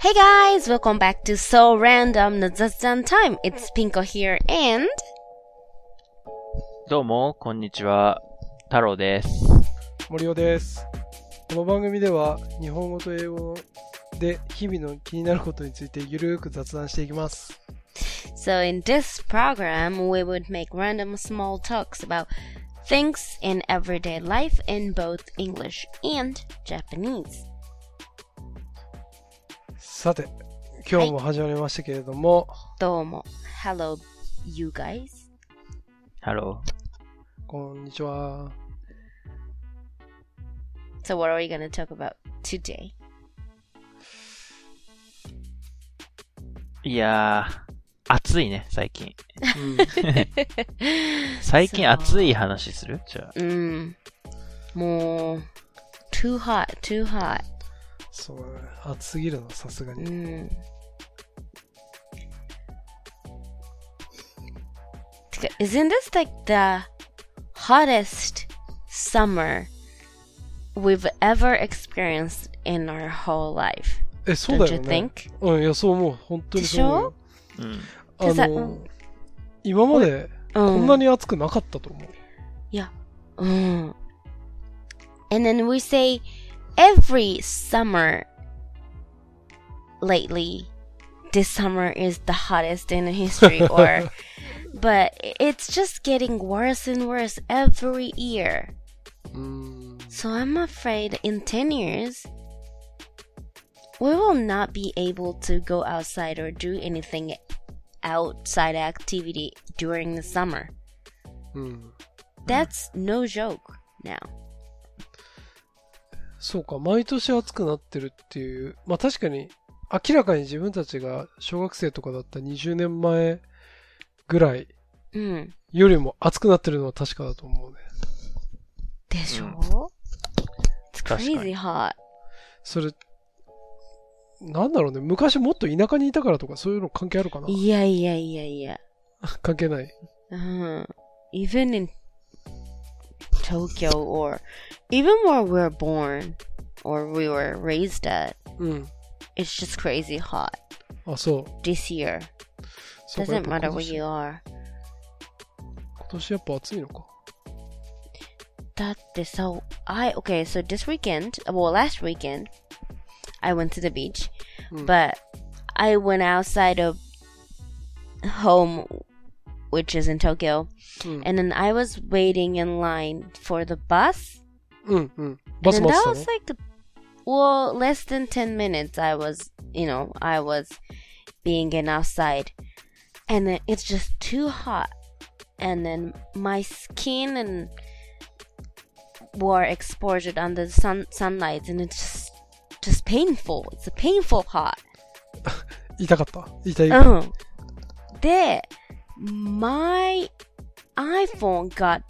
Hey guys, welcome back to So Random no Zazzan Time. It's Pinko here and どうも、こんにちは。太郎です。森尾です。この番組では日本語と英語で日々の気になることについてゆるーく雑談していきます。 so in this program we would make random small talks about things in everyday life in both English and Japanese. さて、今日も始まりましたけれども、どうも。Hello you guys. ハロこんに ちは。 So what are we gonna talk about today? ー。いやー、暑いね、最近。う ん、最近そう暑い話するじゃあ。うん。もう Mm, too hot, too hot. そうだね。暑すぎるな、さすがに。Mm. is isn't this like the hottest summer we've ever experienced in our whole life? え、そうだ Don't よ you ね。 think? うん、いや、そう思う。本当にそう思うよ。うん。あでしょの、うん今までこんなに暑くなかったと思う。うん。And then we say every summer lately, this summer is the hottest in history, or, but it's just getting worse and worse every year. うん。 So I'm afraid in 10 years, we will not be able to go outside or do anything outside activity during the summer. うん。 That's no joke now. そうか、毎年暑くなってるっていう、まあ確かに、明らかに自分たちが小学生とかだった20年前ぐらいうん。よりも暑くなってるのは確かだと思うね。でしょ、It's 確かに crazy hot. それ、なんだろうね、昔もっと田舎にいたからとかそういうの関係あるかないやいやいやいや。 関係ない。うん。Even in Tokyo or even where we're born or we were raised at, うん。 it's just crazy hot あ、そう。 this year. そうかやっ Doesn't ぱ matter where 今年 you are. 今年やっぱ暑いのか。 That is so. I okay. So this weekend, well, last weekend, I went to the beach, Mm. but I went outside of home, which is in Tokyo, うん。 and then I was waiting in line for the bus. うん、うん。バス and 待っ that てた was like, well, の less than ten minutes. I was, you know, I was being in outside, and then it's just too hot, and then my skin and were exposed under the sun sunlight, and it's just just painful. It's a painful hot. 痛かった痛い。うん。で、my iPhone got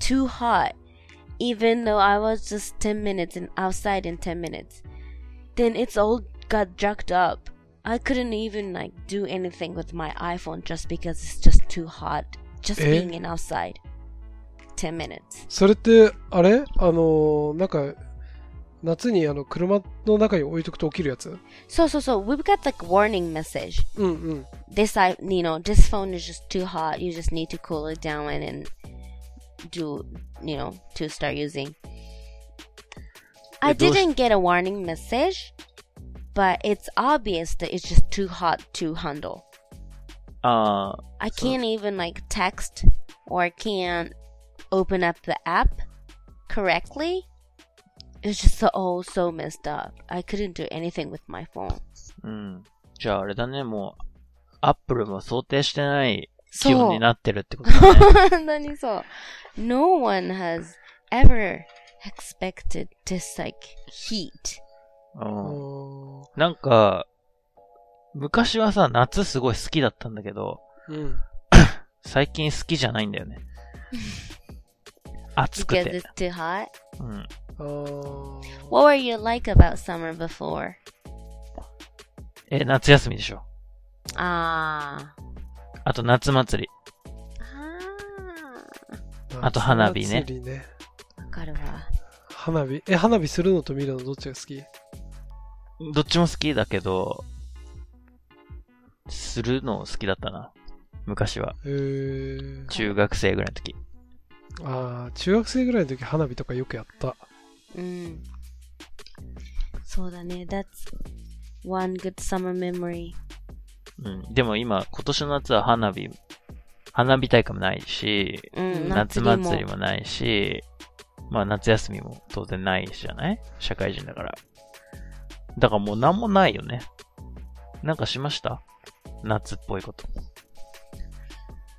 too hot, even though I was just 10 minutes and outside in 10 minutes. Then it's all got jacked up. I couldn't even like do anything with my iPhone just because it's just too hot. Just え being in outside. 10 minutes. それって、あれあのー、なんか、夏にあの車の中に置いとくと起きるやつ So so so we've got like warning message. うんうん。 this I you know this phone is just too hot. You just need to cool it down and do you know to start using. I Yeah, those- didn't get a warning message, but it's obvious that it's just too hot to handle. あ I So- can't even like text or can't open up the app correctly. It's just so oh so messed up. I couldn't do anything with my phone. ー、うん。じゃああれだね、もう、アップルも想定してない気温になってるってこと だ ね。 No one has ever expected this like heat. うん。あなんか、昔はさ、夏すごい好きだったんだけど、ーうん。最近好きじゃないんだ よね。暑く Because て it's。too hot. うん。あー What were you like about summer before? え、夏休みでしょ。 Ah. あと夏祭り。 Ah. あと花火ね夏祭りわかるわ。花火。え、花火するのと見るのどっちが好きどっちも好きだけど、するの好きだったな。昔は。へー中学生ぐらいの時。ああ、中学生ぐらいの時花火とかよくやった。うん。そうだね。That's one good summer memory. うん。でも今、今年の夏は花火、花火大会もないし、うん。夏祭りも祭りもないし、まあ夏休みも当然ないじゃない社会人だから。だからもうなんもないよね。なんかしました夏っぽいこと。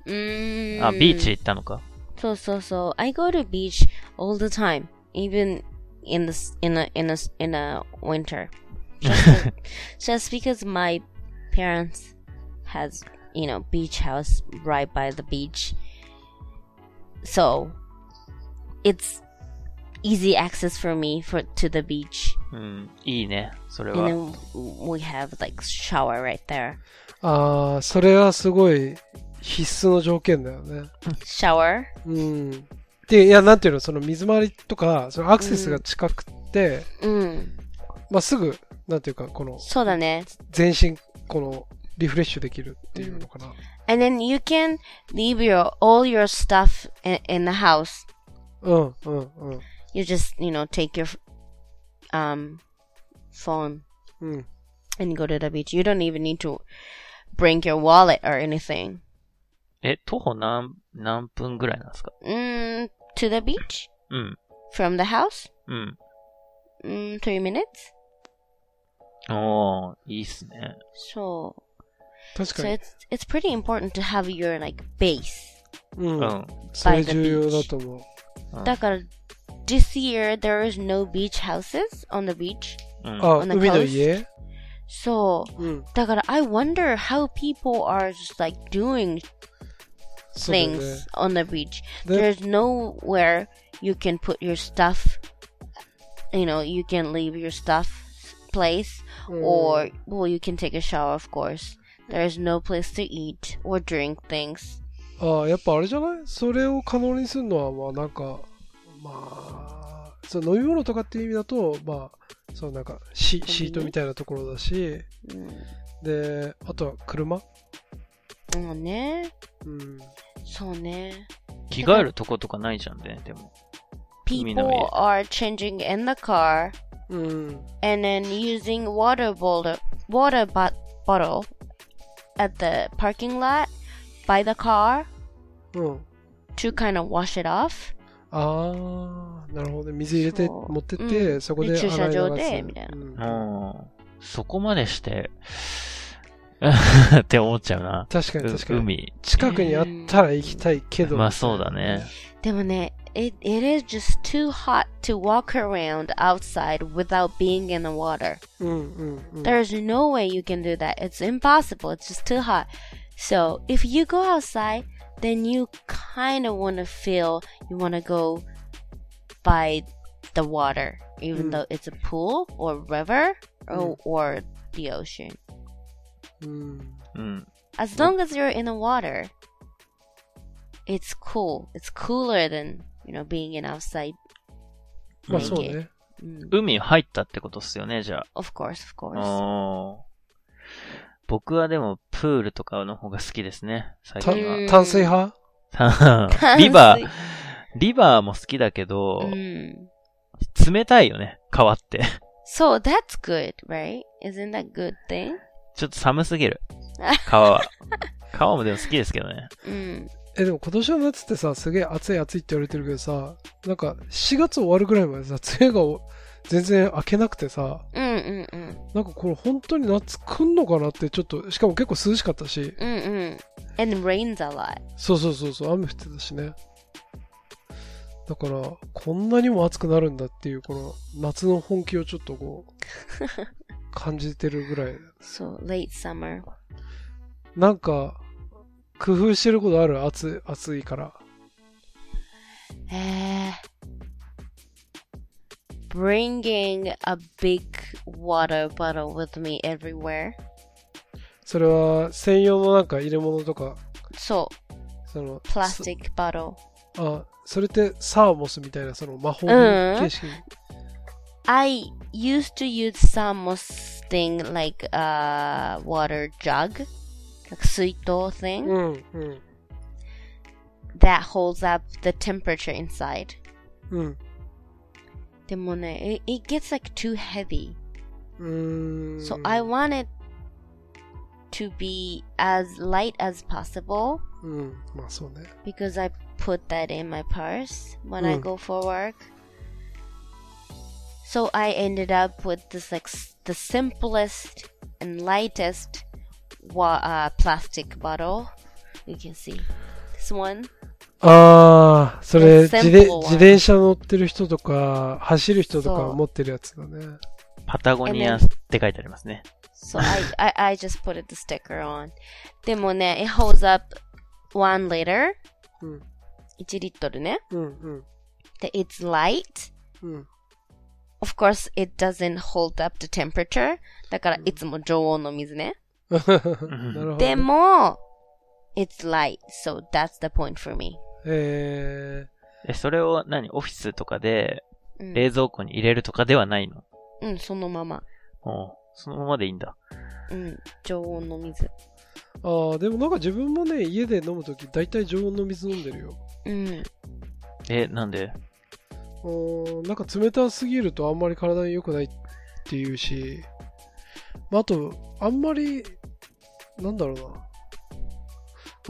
うーん。あ、ビーチ行ったのか。 So so so. I go to beach all the time, even in the s- in a in a s- in a winter. Just, be- just because my parents has you know beach house right by the beach, so it's easy access for me for to the beach, うん、いいね、それ and は。 then we have like shower right there. ああ、それはすごい必須の条件だよね。 Shower. うん。で、いや、なんていうの、その水回りとか、そのアクセスが近くって、Mm. まあ、すぐ、なんていうか、この、うん、そうだね。And 全身、この、リフレッシュできるっていうのかな。 then you can leave your all your stuff in, in the house. うん、うん、うん。 you just you know take your um phone うん。 and go to the beach you don't even need to bring your wallet or anything え、徒歩何、何分ぐらいなんですか mm, to the beach うん、 from the house うん。 mm, three minutes おー、いいっすね。 so 確 so かに。 it's it's pretty important to have your like base う。うんん。それ重要だと思う。うん that this year there is no beach houses on the beach うんあ、 On the 海の家 so うん。 that I wonder how people are just like doing そうだよ things ね。 on the beach. That- There's nowhere you can put your stuff. You know, you can leave your stuff place, Mm. or well, you can take a shower, of course. There's no place to eat or drink things. ああ、やっぱあれじゃないそれを可能にするのは、まあ、なんか、まあ、その飲み物とかっていう意味だと、まあ、そのなんかシ、シートみたいなところだし、うんで、あとは車もうね、うん。そうね。着替えるとことかないじゃんね、でも。海の People 家 are changing in the car うん。 and then using water bottle, water bot- bottle at the parking lot by the car うん。 to kind of wash it off. ああ、なるほどね。水入れて、そう持ってって、うんそこでで洗駐い流す。車場でみたいなうんうん。そこまでして、 って思っちゃうな。確かにう確かに。海。近くにあったら行きたいけど。まあそうだね。でもね、it, it is just too hot to walk around outside without being in the water. うんうんうん。 There's no way you can do that. It's impossible. It's just too hot. So if you go outside, then you kind of want to feel you want to go by the water, even Mm. though it's a pool or river or, or the ocean. うんうん。 As long as you're in the water, it's cool. It's cooler than, you know, being in outside. まあそうね。 Mm. 海入ったってことっすよね、じゃ Of course, of course. あ。うん僕はでも、プールとかの方が好きですね、最た近はうん。淡水派 リバー、リバーも好きだけど、 Mm. 冷たいよね、川って。 So that's good, right? Isn't that good thing? ちょっと寒すぎ る。川は。川もでも好きですけどね。 Mm. え、でも今年の夏ってさ、すげえ暑い暑いって言われてるけどさ、なんか4月終わるぐらいまでさ、梅雨がお全然明けなくてさ、 Mm, mm, mm. なんかこれ本当に夏来んのかなってちょっと、しかも結構涼しかったし、 Mm, mm. And it rains a lot. そうそうそうそう、雨降ってたしね。だから、こんなにも暑くなるんだっていう、この夏の本気をちょっとこう、感じてるぐらい。 So late summer. なんか、工夫してることある暑い、暑いから。 Eh. Bringing a big water bottle with me everywhere. それは、専用のなんか入れ物とか、 So その、 plastic bottle. あ、それってサーモスみたいな、その魔法のうん形式。 I used to use something like a water jug, like 水筒 thing うんうん that holds up the temperature inside. うんでもね、it, it gets like too heavy. うーん So I want it to be as light as possible うんまあそうね because I put that in my purse when I Mm. go for work. So I ended up with this like s- the simplest and lightest wa- uh, plastic bottle. You can see this one. ああそれ The simple 自転 one. 自転車乗ってる人とか走る人とそかう持ってるやつだねパタゴニアって書いてありますね。 So I, I I just put it, the sticker on. でもね、it holds up one liter. うん1リットルね。うんうんで it's light. うん Of course, it doesn't hold up the temperature. だから、いつも常温の水ね。なるほど。でも、it's light. So that's the point for me. ええ、それを何オフィスとかでうん、冷蔵庫に入れるとかではないの、うん、そのまま。おうそのままでいいんだ。うん、常温の水。ー、ああ、でもなんか自分もね、家で飲むとき、大体常温の水飲んでるよ。うん。え、なんでうーん、なんか冷たすぎるとあんまり体に良くないっていうし、まあ、あと、あんまり、なんだろうな。ま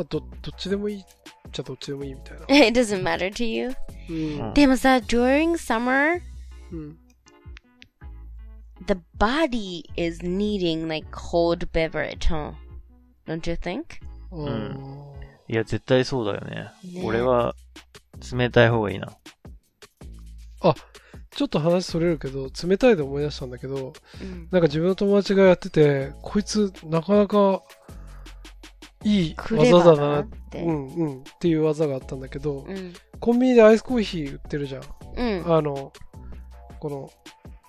あ、ど、どっちでもいいっちゃどっちでもいいみたいな。 it doesn't matter to you. うん。でもさ、during summer, うん。 the body is needing like cold beverage, huh? Don't you think? あうーいや、絶対そうだよね。ね俺は、冷たい方がいいな。ちょっと話それるけど、冷たいで思い出したんだけど、うん。なんか自分の友達がやってて、こいつなかなかいいクレバ技ーだだななっ。ってうんうん、っていう技があったんだけど、うん。コンビニでアイスコーヒー売ってるじゃん。 うん。あの、この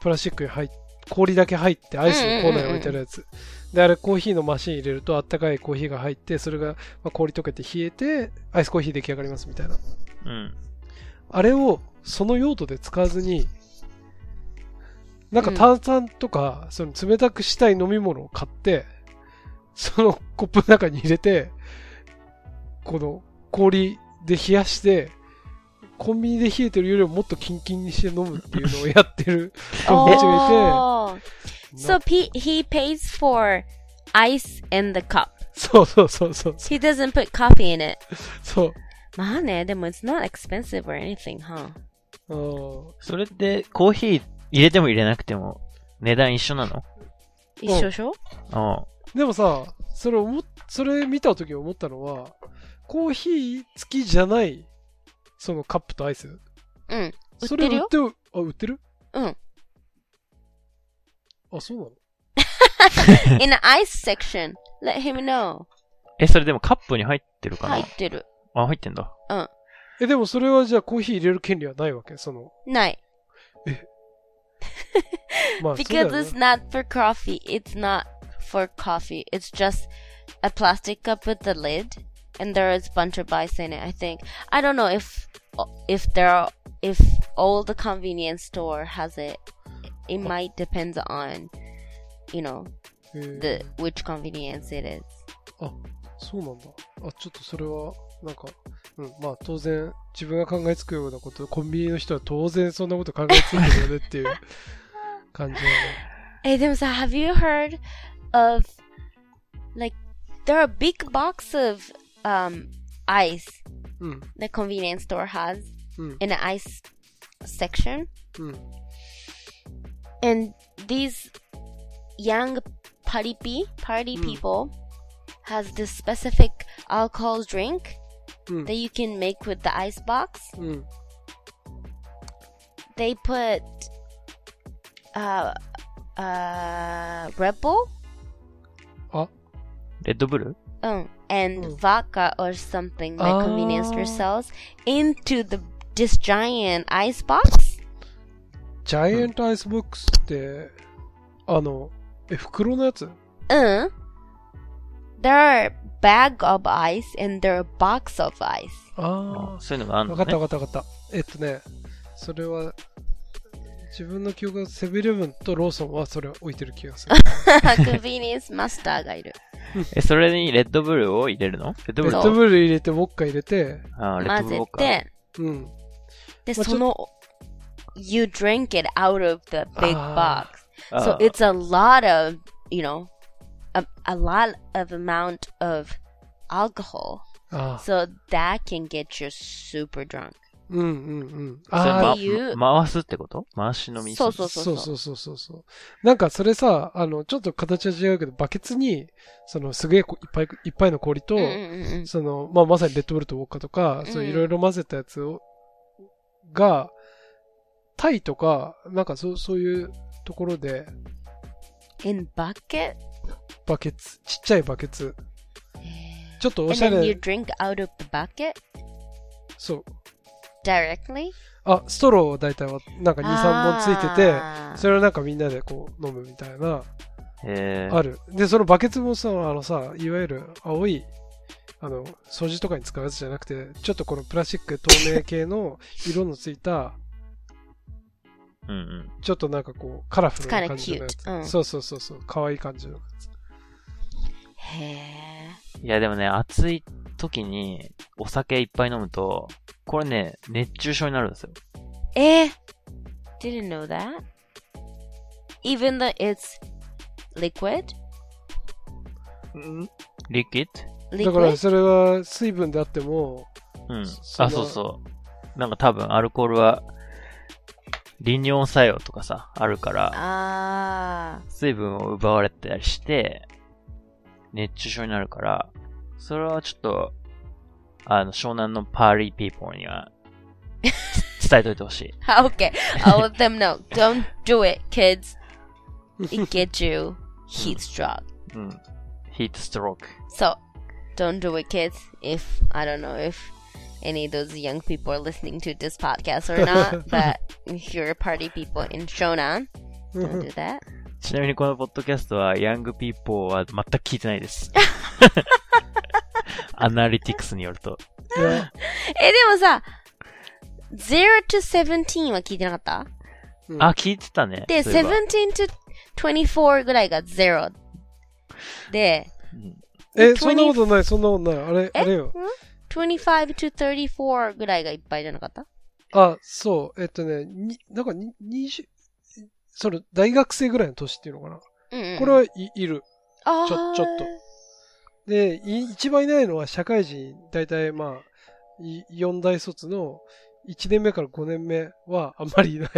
プラスチックに入っ氷だけ入ってアイスのコーナーに置いてあるやつ。で、あれコーヒーのマシン入れるとあったかいコーヒーが入って、それが、まあ、氷溶けて冷えて、アイスコーヒー出来上がりますみたいな。うん。あれをその用途で使わずに、なんか炭酸とか、その冷たくしたい飲み物を買って、そのコップの中に入れて、この氷で冷やして、コンビニで冷えてるよりももっとキンキンにして飲むっていうのをやってる友達が Oh. いて、 So な he, he pays for ice in the cup. そうそうそうそう He doesn't put coffee in it. そうまあね、でも it's not expensive or anything, huh? あー。それって、コーヒー入れても入れなくても、値段一緒なの一緒でしょあでもさ、それ思っそれ見た時思ったのは、コーヒー付きじゃない、そのカップとアイス。うん。売っそてれる売っよ。てるあ、売ってるうん。あ、そうなの In the ice section, let him know. え、それでもカップに入ってるかな、入ってる。あ、入ってんだ。え、でもそれはじゃあコーヒー入れる権利はないわけその、ない。まあ、そうだよ Because it's ね not for coffee. It's not for coffee. It's just a plastic cup with the lid, and there is a bunch of ice in it. I think. I don't know if if there are, if all the convenience store has it. It might depends on, you know, えー the which convenience it is. そうなんだ。あ、ちょっとそれは、なんか、うん、まあ当然、自分が考えつくようなこと、コンビニの人は当然そんなこと考えついてるよねっていう感じだね。 Hey, them, so have you heard of like there are big box of um ice うん、 the convenience store has うん、 in the ice section うん。 and these young party pe- party Mm. people has this specific alcohol drink Mm. that you can make with the ice box うん、 they put uh uh red bull あ、レッドブル Oh, and Mm. vodka or something that convenience Ah. store sells into the this giant ice box. ジャイアントアイスボックスって、あの、え、袋のやつ Uh, there are bag of ice and there are box of ice. ああ、そういうのがあるわのかったね。わかったわかった。えっとね、それは、自分の記憶のセブンイレブンとローソンはそれ置いてる気がする。 コンビニエンスマスターがいる。え、それにレッドブルを入れるのレッドブレルッそドうブル入れて、ウォッカ入れて、あーレッ混ドブルぜウォッカー。て、うん。で、まあちょその、you drink it out of the big あ box. So あー it's a lot of, you know, a, a lot of amount of alcohol. ああ。 So that can get you super drunk. うんうんうん。それああま、まっていう回すってこと回し飲みそうすそうそうそうそうそうそうそうなんかそれさ、あの、ちょっと形は違うけど、バケツに、そのすげえこいっぱいいっぱいの氷と、うんうんうんその、まあ、まさにレッドブルとウォッカとか、そううんいろいろ混ぜたやつを、が、タイとか、なんかそう、そういうところで、 In bucket? バケツ、ちっちゃいバケツ、ちょっとお And しゃ then you れ、 drink out of the bucket そう。 directly? あ、ストローは大体は、なんか2、3本ついてて、あーそれをなんかみんなでこう飲むみたいな、えーある。で、そのバケツもさ、あのさ、いわゆる青い、あの、掃除とかに使うやつじゃなくて、ちょっとこのプラスチック透明系の色のついた、うんうん。ちょっとなんかこう、カラフルな感じのや It's kinda cute. Mm. うんつ。そうそうそうそう、可愛い感じの。へいやでもね、暑い時にお酒いっぱい飲むと、これね、熱中症になるんですよ。ーえ Eh, Didn't know that. Even though it's liquid? リキッだから Liquid? それは水分であっても、ドうん。そあ、うそうそう。なんか多分アルコールは、利尿作用とかさ、あるから、あ水分を奪われたりして、熱中症になるから、それはちょっと、あの、湘南のパーリーピーポーに は、伝えといてほしい。あ。Okay. I'll let them know. Don't do it, kids. It gets you heat stroke. うん。ヒートストローク。 So, don't do it, kids. If I don't know if any of those young people are listening to this podcast or not, but if you're party people in Shonan, don't do that. ちなみにこのポッドキャストは、ヤングピーポーは全く聞いてないです。 アナリティクスによると。いや、 え、Eh, でもさ、0 to 17は聞いてなかったあ、聞いてたね。で、そういえば17 to 24ぐらいが0。で、うんえ、そんなことない、そんなことない。あれ、えあれよ。 25 to 34ぐらいがいっぱいじゃなかったあ、そう、えっとね、になんかに、二十、その、大学生ぐらいの年っていうのかな。うん、うん。これはい、いる。あー、ちょちょっとで、い一番いないのは社会人、大体まあ、い四大卒の1年目から5年目はあんまりいない。へ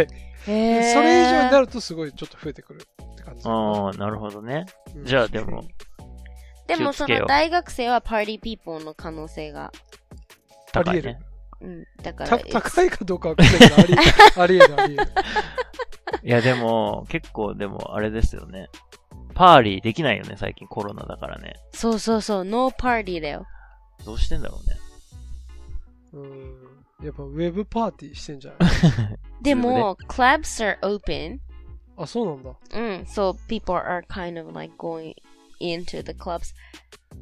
ーそれ以上になるとすごいちょっと増えてくるって感じ。ああ、なるほどね。うんじゃあでも、でも気をそつけよの大学生はパーティーピーポーの可能性が。高い ありえね。うん。だかたら、高いかどうかわかんないけど、ありありえる、ありえる。いやでも、結構でもあれですよね。パーリーできないよね、最近コロナだからね。そうそうそう、ノーパーティーだよ。どうしてんだろうね。うん。やっぱウェブパーティーしてんじゃないでも、clubs are open. あ、そうなんだ。 Mm, so people are kind of like going into the clubs.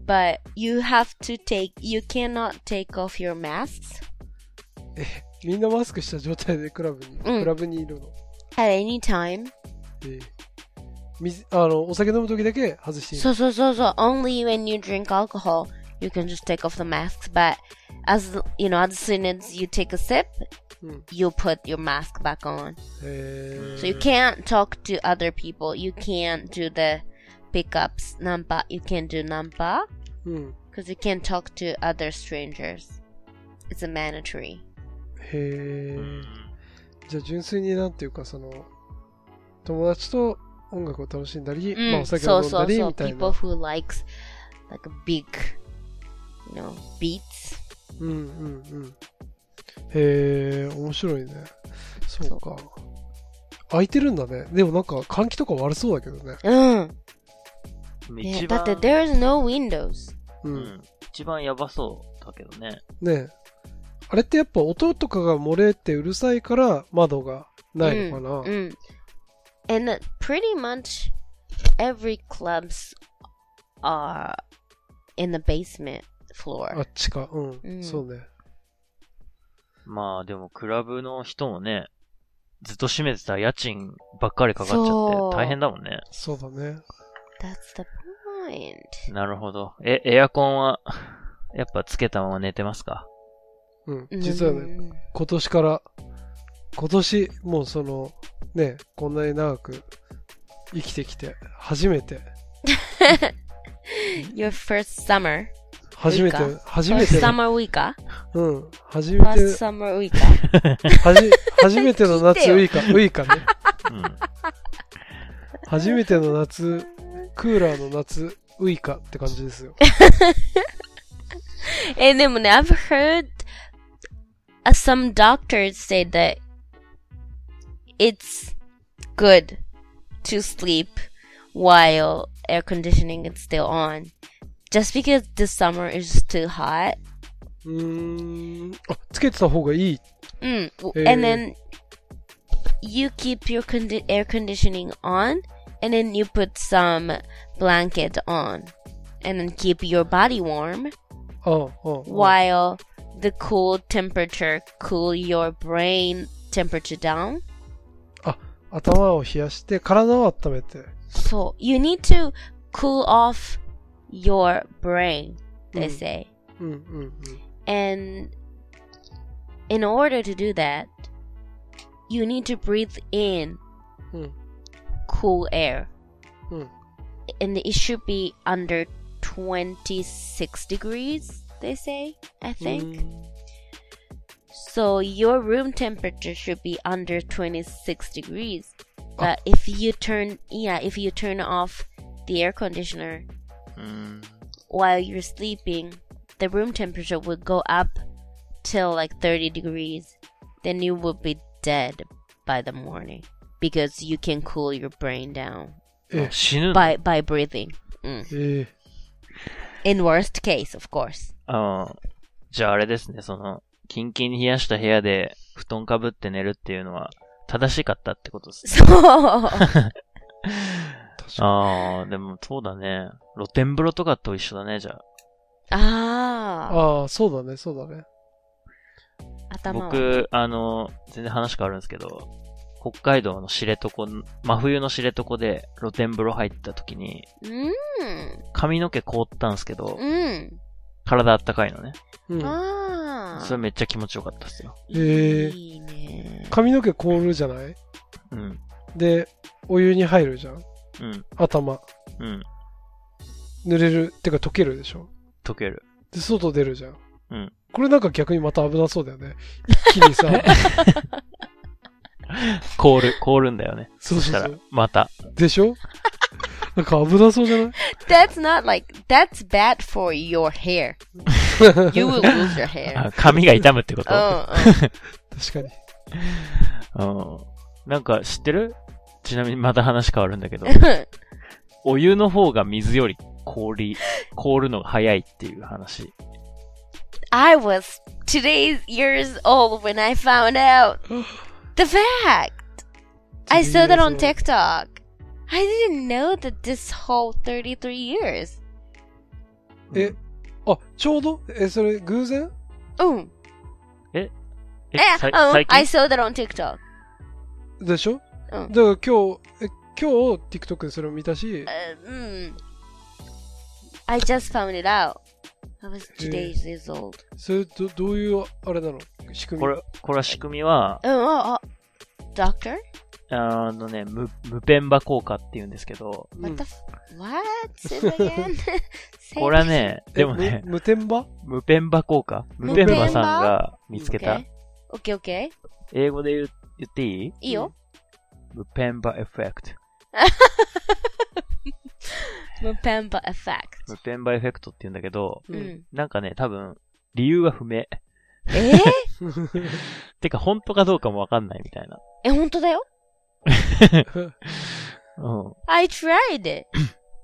But you have to take, you cannot take off your masks みんなマスクした状態でクラブに、うんクラブにいるの。 at any time. ええ水あの、お酒飲む時だけ外していいの So, so, so, so, only when you drink alcohol, you can just take off the masks. But as, you know, as soon as you take a sip, うん。 you put your mask back on. え So え you can't talk to other people. You can't do the pickups, nampa. You can't do nampa うん。 because you can't talk to other strangers. It's a mandatory. へえ。じゃあ純粋になんていうかその友達と音楽を楽しんだり、Mm, まあ、お酒を飲んだりみたい people な。 who likes like big, you know, beats. うんうんうん。へえ、面白いね。そうか。空いてるんだね。でもなんか換気とか悪そうだけどね。うん。うんね一だっ番、て there's no windows. う。うんん。一番やばそうだけどね。ねえあれってやっぱ音とかが漏れてうるさいから窓がないのかな。うんうん。And uh, pretty much every clubs are in the basement あ floor. っちか。うん。うんそうね。まあでも、クラブの人もね、ずっと閉めてたら家賃ばっかりかかっちゃっそてう大変だもんね。そうだね。 That's the point. なるほど。え、エアコンは、やっぱつけたまま寝てますかうん。うん実はね、今年から、今年、もうその、ね、こんなに長く生きてきて、初めて、Mm. Your first summer. 初めていい、初め First ての、 summer week? かうん、初め First て、 summer week? かは じ、初めての夏ウ聞イカ、ウイカね。うん。初めての夏、クーラーの夏ウイカって感じですよ。え、でもね、I've heard uh, some doctors say that it's good to sleep while air conditioning is still on. Just because this summer is too hot. うーん、あ、つけてた方がいい。 Mm. w- Eh. And then you keep your condi- air conditioning on, and then you put some blanket on, and then keep your body warm ああ、ああ。 while the cool temperature cool your brain temperature down. 頭を冷やして、体を温めて。 So you need to cool off your brain, they Mm. say. うんうんうん。 And in order to do that, you need to breathe in うん cool air. うん。 and it should be under 26 degrees they say i think うん so your room temperature should be under 26 degrees but if you turn yeah if you turn off the air conditioner うん。 while you're sleeping the room temperature would go up till like 30 degrees then you would be dead by the morning because you can cool your brain down え、死ぬの by by breathing mm. え In worst case, of course. ああ。じゃああれですね、その、キンキンに冷やした部屋で布団かぶって寝るっていうのは正しかったってことですね。そう。ー、確かああ、でもそうだね。露天風呂とかと一緒だね、じゃああ。ああ、そうだね、そうだね。あ。頭は。僕、あの、全然話変わるんですけど、北海道の知床、真冬の知床で露天風呂入った時に、うん。Mm, 髪の毛凍ったんですけど、うん。体あったかいのね。うん。ああ。それめっちゃ気持ちよかったですよ。ええいいね。髪の毛凍るじゃないうん、で、お湯に入るじゃん。うん、頭。うん。濡れる。てか溶けるでしょ。溶ける。で、外出るじゃん。うん。これなんか逆にまた危なそうだよね。一気 にさ、凍る、凍るんだよね。そうしそうたらそう。、また。でしょなんか危なそうじゃない That's not like, that's bad for your hair. You will lose your hair. Oh, あ髪が痛むってこうと、確かに。うん、なんか知ってるちなみにまた話変わるんだけど、んうん。お湯の方が水より氷、凍るのが早いっていう話。 I was today's years old when I found out the fact. I saw that on Today's TikTok. old. I didn't know that this whole 33 years. え、あ、ちょうどえ、それ偶然うん。ええ、さうん最 Oh, eh, I 近 saw that on TikTok. でしょうんだから今日、え今日 TikTok でそれを見たし、 Uh, mm. I just found it out. I was two Eh. days years old. それどどういうあれなの仕組みこれ、これは仕組みは、 Oh, oh, oh. Doctor? あのね、無、無ペンバ効果って言うんですけど、うん What the f- What? Say it again? Say これは it again. ね、でもねえ、無無天場無ペンバ効果無ペンバさんが見つけた。 Okay, okay. 英語で言う言っていいいいよ。無ペンバエフェクト。ムペンバ effect. 無ペンバエフェクトって言うんだけど、う。ん。なんかね、多分、理由は不明。えーてか、本当かどうかもわかんないみたいな。え、本当だよ。うん。 I tried it.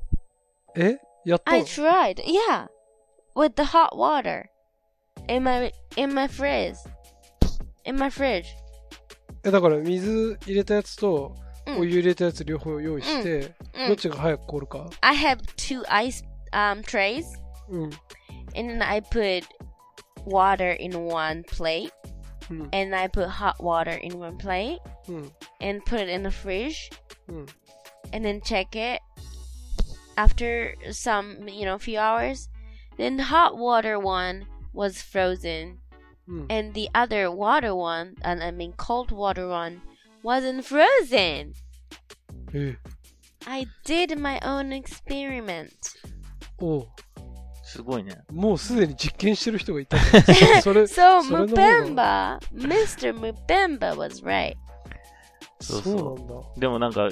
えやった I の tried. Yeah. With the hot water. In my, in my fridge. In my fridge. えだから水入れたやつとうんお湯入れたやつ両方用意して、うんどっちが早く凍るか Mm. I have two ice, um, trays. うん、 and then I put water in one plate うん and I put hot water in one plate うん and put it in the fridge うん and then check it after some, you know, few hours. Then the hot water one was frozen うん and the other water one, and I mean cold water one, wasn't frozen. え I did my own experiment. おうすごいね。もうすでに実験してる人 がいたんだそれ So それの方が Mubemba, Mr. Mubemba was right. そうそそううなんだでもなんか、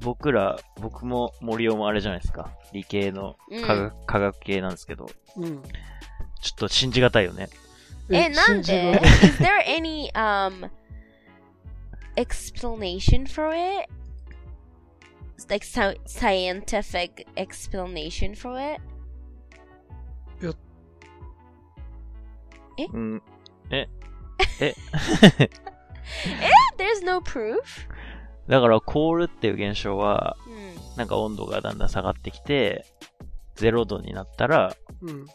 僕ら、僕も森尾もあれじゃないですか。理系の Mm. 科学,、科学系なんですけど、うんちょっと信じがたいよね。え、なん信じでられない Eh, ?Is there any, um, explanation for it? Like sci- scientific explanation for it? うん。え、え、 There's no proof? だから凍るっていう現象は、 Hmm. なんか温度がだんだん下がってきて、0度になったら、うん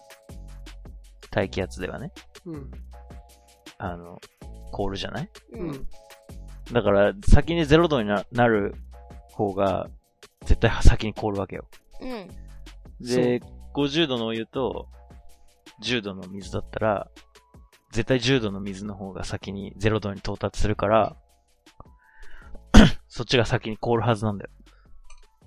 大気圧ではね、うんあの、凍るじゃないうん Hmm. だから、先に0度にななる方が、絶対先に凍るわけよ。 Hmm. で、50度のお湯と、10度の水だったら、絶対10度の水の方が先に0度に到達するから、 そっちが先に凍るはずなんだよ。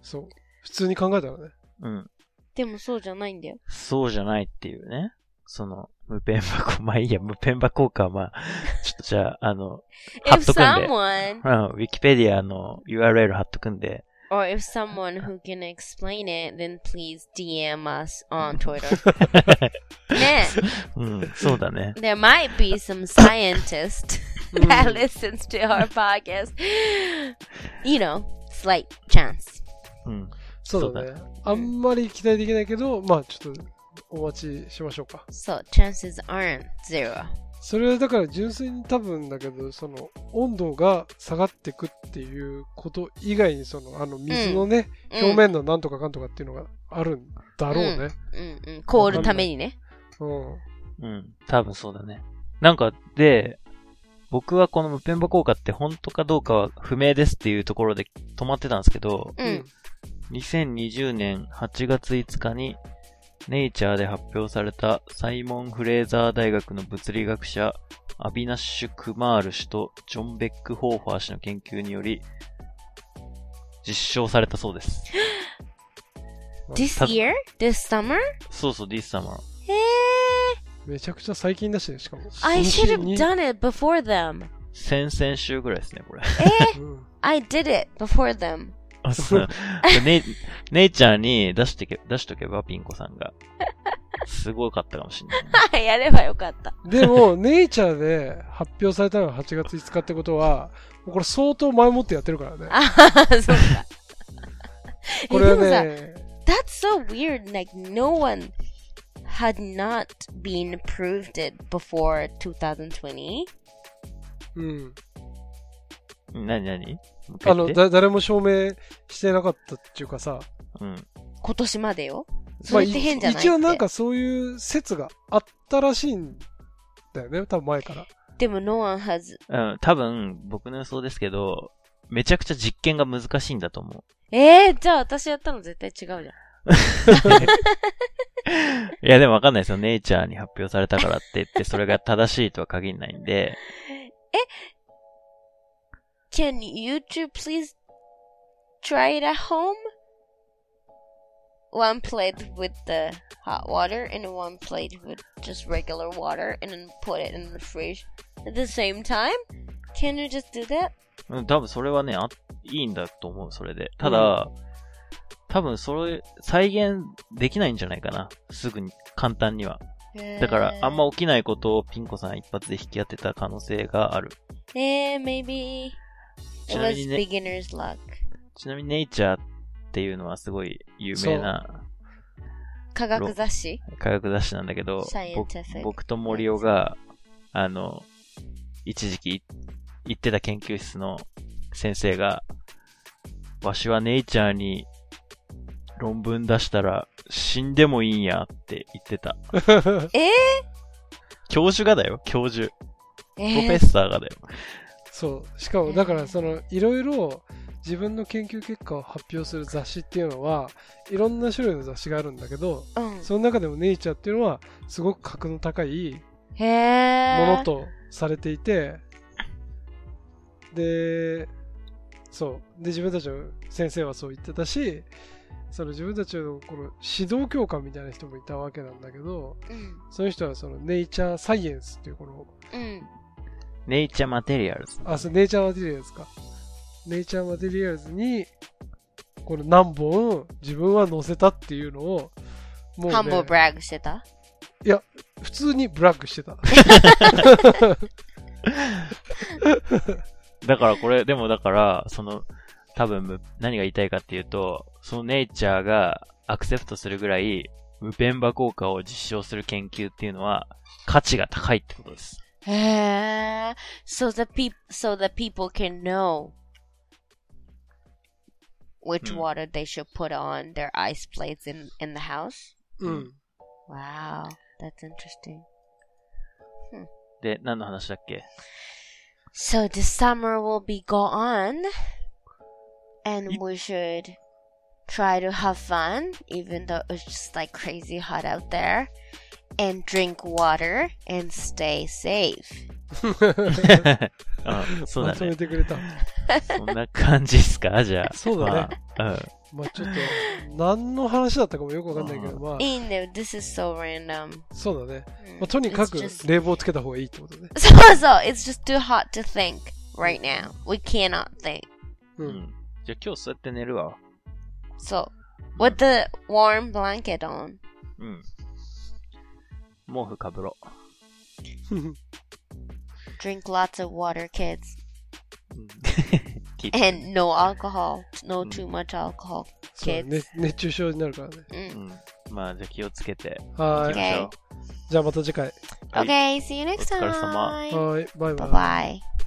そう普通に考えた らねうん。でもそうじゃないんだよ。そうじゃないっていうね。その、無ペン箱、 まあいいや、無ペン箱効果はまあ、 ちょっとじゃあ、あの、貼っ If とくんで、 someone, うん、ウィキペディアの URL 貼っとくんで、 or if someone who can explain it, then please DM us on Twitter. ねうん、そうだね。 There might be some scientist うん that listens to our podcast. You know, slight chance. うん。そうだねあんまり期待できないけどまあちょっとお待ちしましょうか So chances aren't zero. それはだから純粋に多分だけどその温度が下がってくっていうこと以外にそのあの水のね、うん表面のなんとかかんとかっていうのがあるんだろうね、mm, うんうん。凍るためにね。うん。うんうん、多分そうだね。なんか、で、僕はこの無ペンバ効果って本当かどうかは不明ですっていうところで止まってたんですけど、2020年8月5日に、ネイチャーで発表されたサイモン・フレーザー大学の物理学者、アビナッシュ・クマール氏とジョン・ベック・ホーファー氏の研究により、実証されたそう です。 This た year? This summer? そうそう、ディス様。 Eh, めちゃくちゃ最近だしねしかも I その should 日に have done it before them. 先々週ぐらいですね、これ。うん、 I did it before them. あ、そう。ね、姉ちゃんに出してけ、出しとけば、ピン子さんが。すごかったかもしん ない。Ah, やればよかった。でも、ネイチャーで発表されたのが8月5日ってことは、もうこれ相当前もってやってるからね。あはは、そうか。これはえ、でもさ、ね、 That's so weird. Like no one had not been proved it before 2020. うん。なになにあの、だ、誰も証明してなかったっていうかさ、うん。今年までよ。まそあ、れいって変じゃないって、一応なんかそういう説があったらしいんだよね、多分前から。でも no one has. うん、多分、僕の予想ですけど、めちゃくちゃ実験が難しいんだと思えー、じゃあ私やったの絶対違うじゃん。う。 いや、でもわかんないですよ。ネイチャーに発表されたからって言って、それが正しいとは限らないんで、 Can you two please try it at home? One plate with the hot water and one plate with just regular water and then put it in the fridge at the same time? Can you just do that? うん、多分それはね、あ、いいんだと思う、それで。ただ、多分それ、再現できないんじゃないかな。すぐに、簡単には。だから、あんま起きないことをピンコさん一発で引き当てた可能性がある。 Yeah, Eh, maybe it ちな was みにね、 beginner's luck. ちなみにネイチャーっていうのはすごい有名な科学雑誌科学雑誌なんだけど、僕 Scientific 僕と森尾が、あの、一時期行ってた研究室の先生が、わしはネイチャーに論文出したら死んでも Eh? いいんやって言ってた。えー、教授がだよ、教授。えプロフェーッサーがだよ。 そうしかもだからそのいろいろ自分の研究結果を発表する雑誌っていうのはいろんな種類の雑誌があるんだけどうん、その中でも「ネイチャー」っていうのはすごく格の高いへえもの eh, とされていて、でそうで自分たちの先生はそう言ってたしその自分たちのこの指導教官みたいな人もいたわけなんだけどうんその人はそのネイチャーサイエンスっていうこのうんネイチャーマテリアルズ。あ、そう、ネイチャーマテリアルズか。ネイチャーマテリアルズに、この何本自分は載せたっていうのを、もう、ハンボーブね、ラッグしてた普通にブラックしてた。だからこれ、でもだから、その、多分む、何が言いたいかっていうと、そのネイチャーがアクセプトするぐらい、無ペンバ効果を実証する研究っていうのは、価値が高いってことです。へえ Uh, so the peop so the people can know which うん water they should put on their ice plates in in the house うん。 wow that's interesting で、何の話だっ け So this summer will be gone, and we should try to have fun, even though it's just like crazy hot out there, and drink water and stay safe. あそうだまとめね。てくれ た。そんな感じっすかじゃあ。そうだね。まあうん。まあちょっと、何の話だったかもよくわかんないけど、うんまあ、いいね This is so random. そうだね。 Mm, まあ、とにか it's く just, 冷房つけた方がいいってことね。 so so it's just too hot to think right now. We cannot think. う。うんん。じゃあ今日そうやって寝るわ。 So with the warm blanket on. うん。毛布かぶろう。 Drink lots of water, kids, うん聞いて and no alcohol. No too Mm. much alcohol, そうだ kids. ね。熱中症になるからね。 Mm. うん。まあじゃあ気をつけて。は行きーましい。ょう Okay. じゃあまた次回。はい Okay, see you next お疲れ様 time. はーい。バイバ Bye イ。 bye.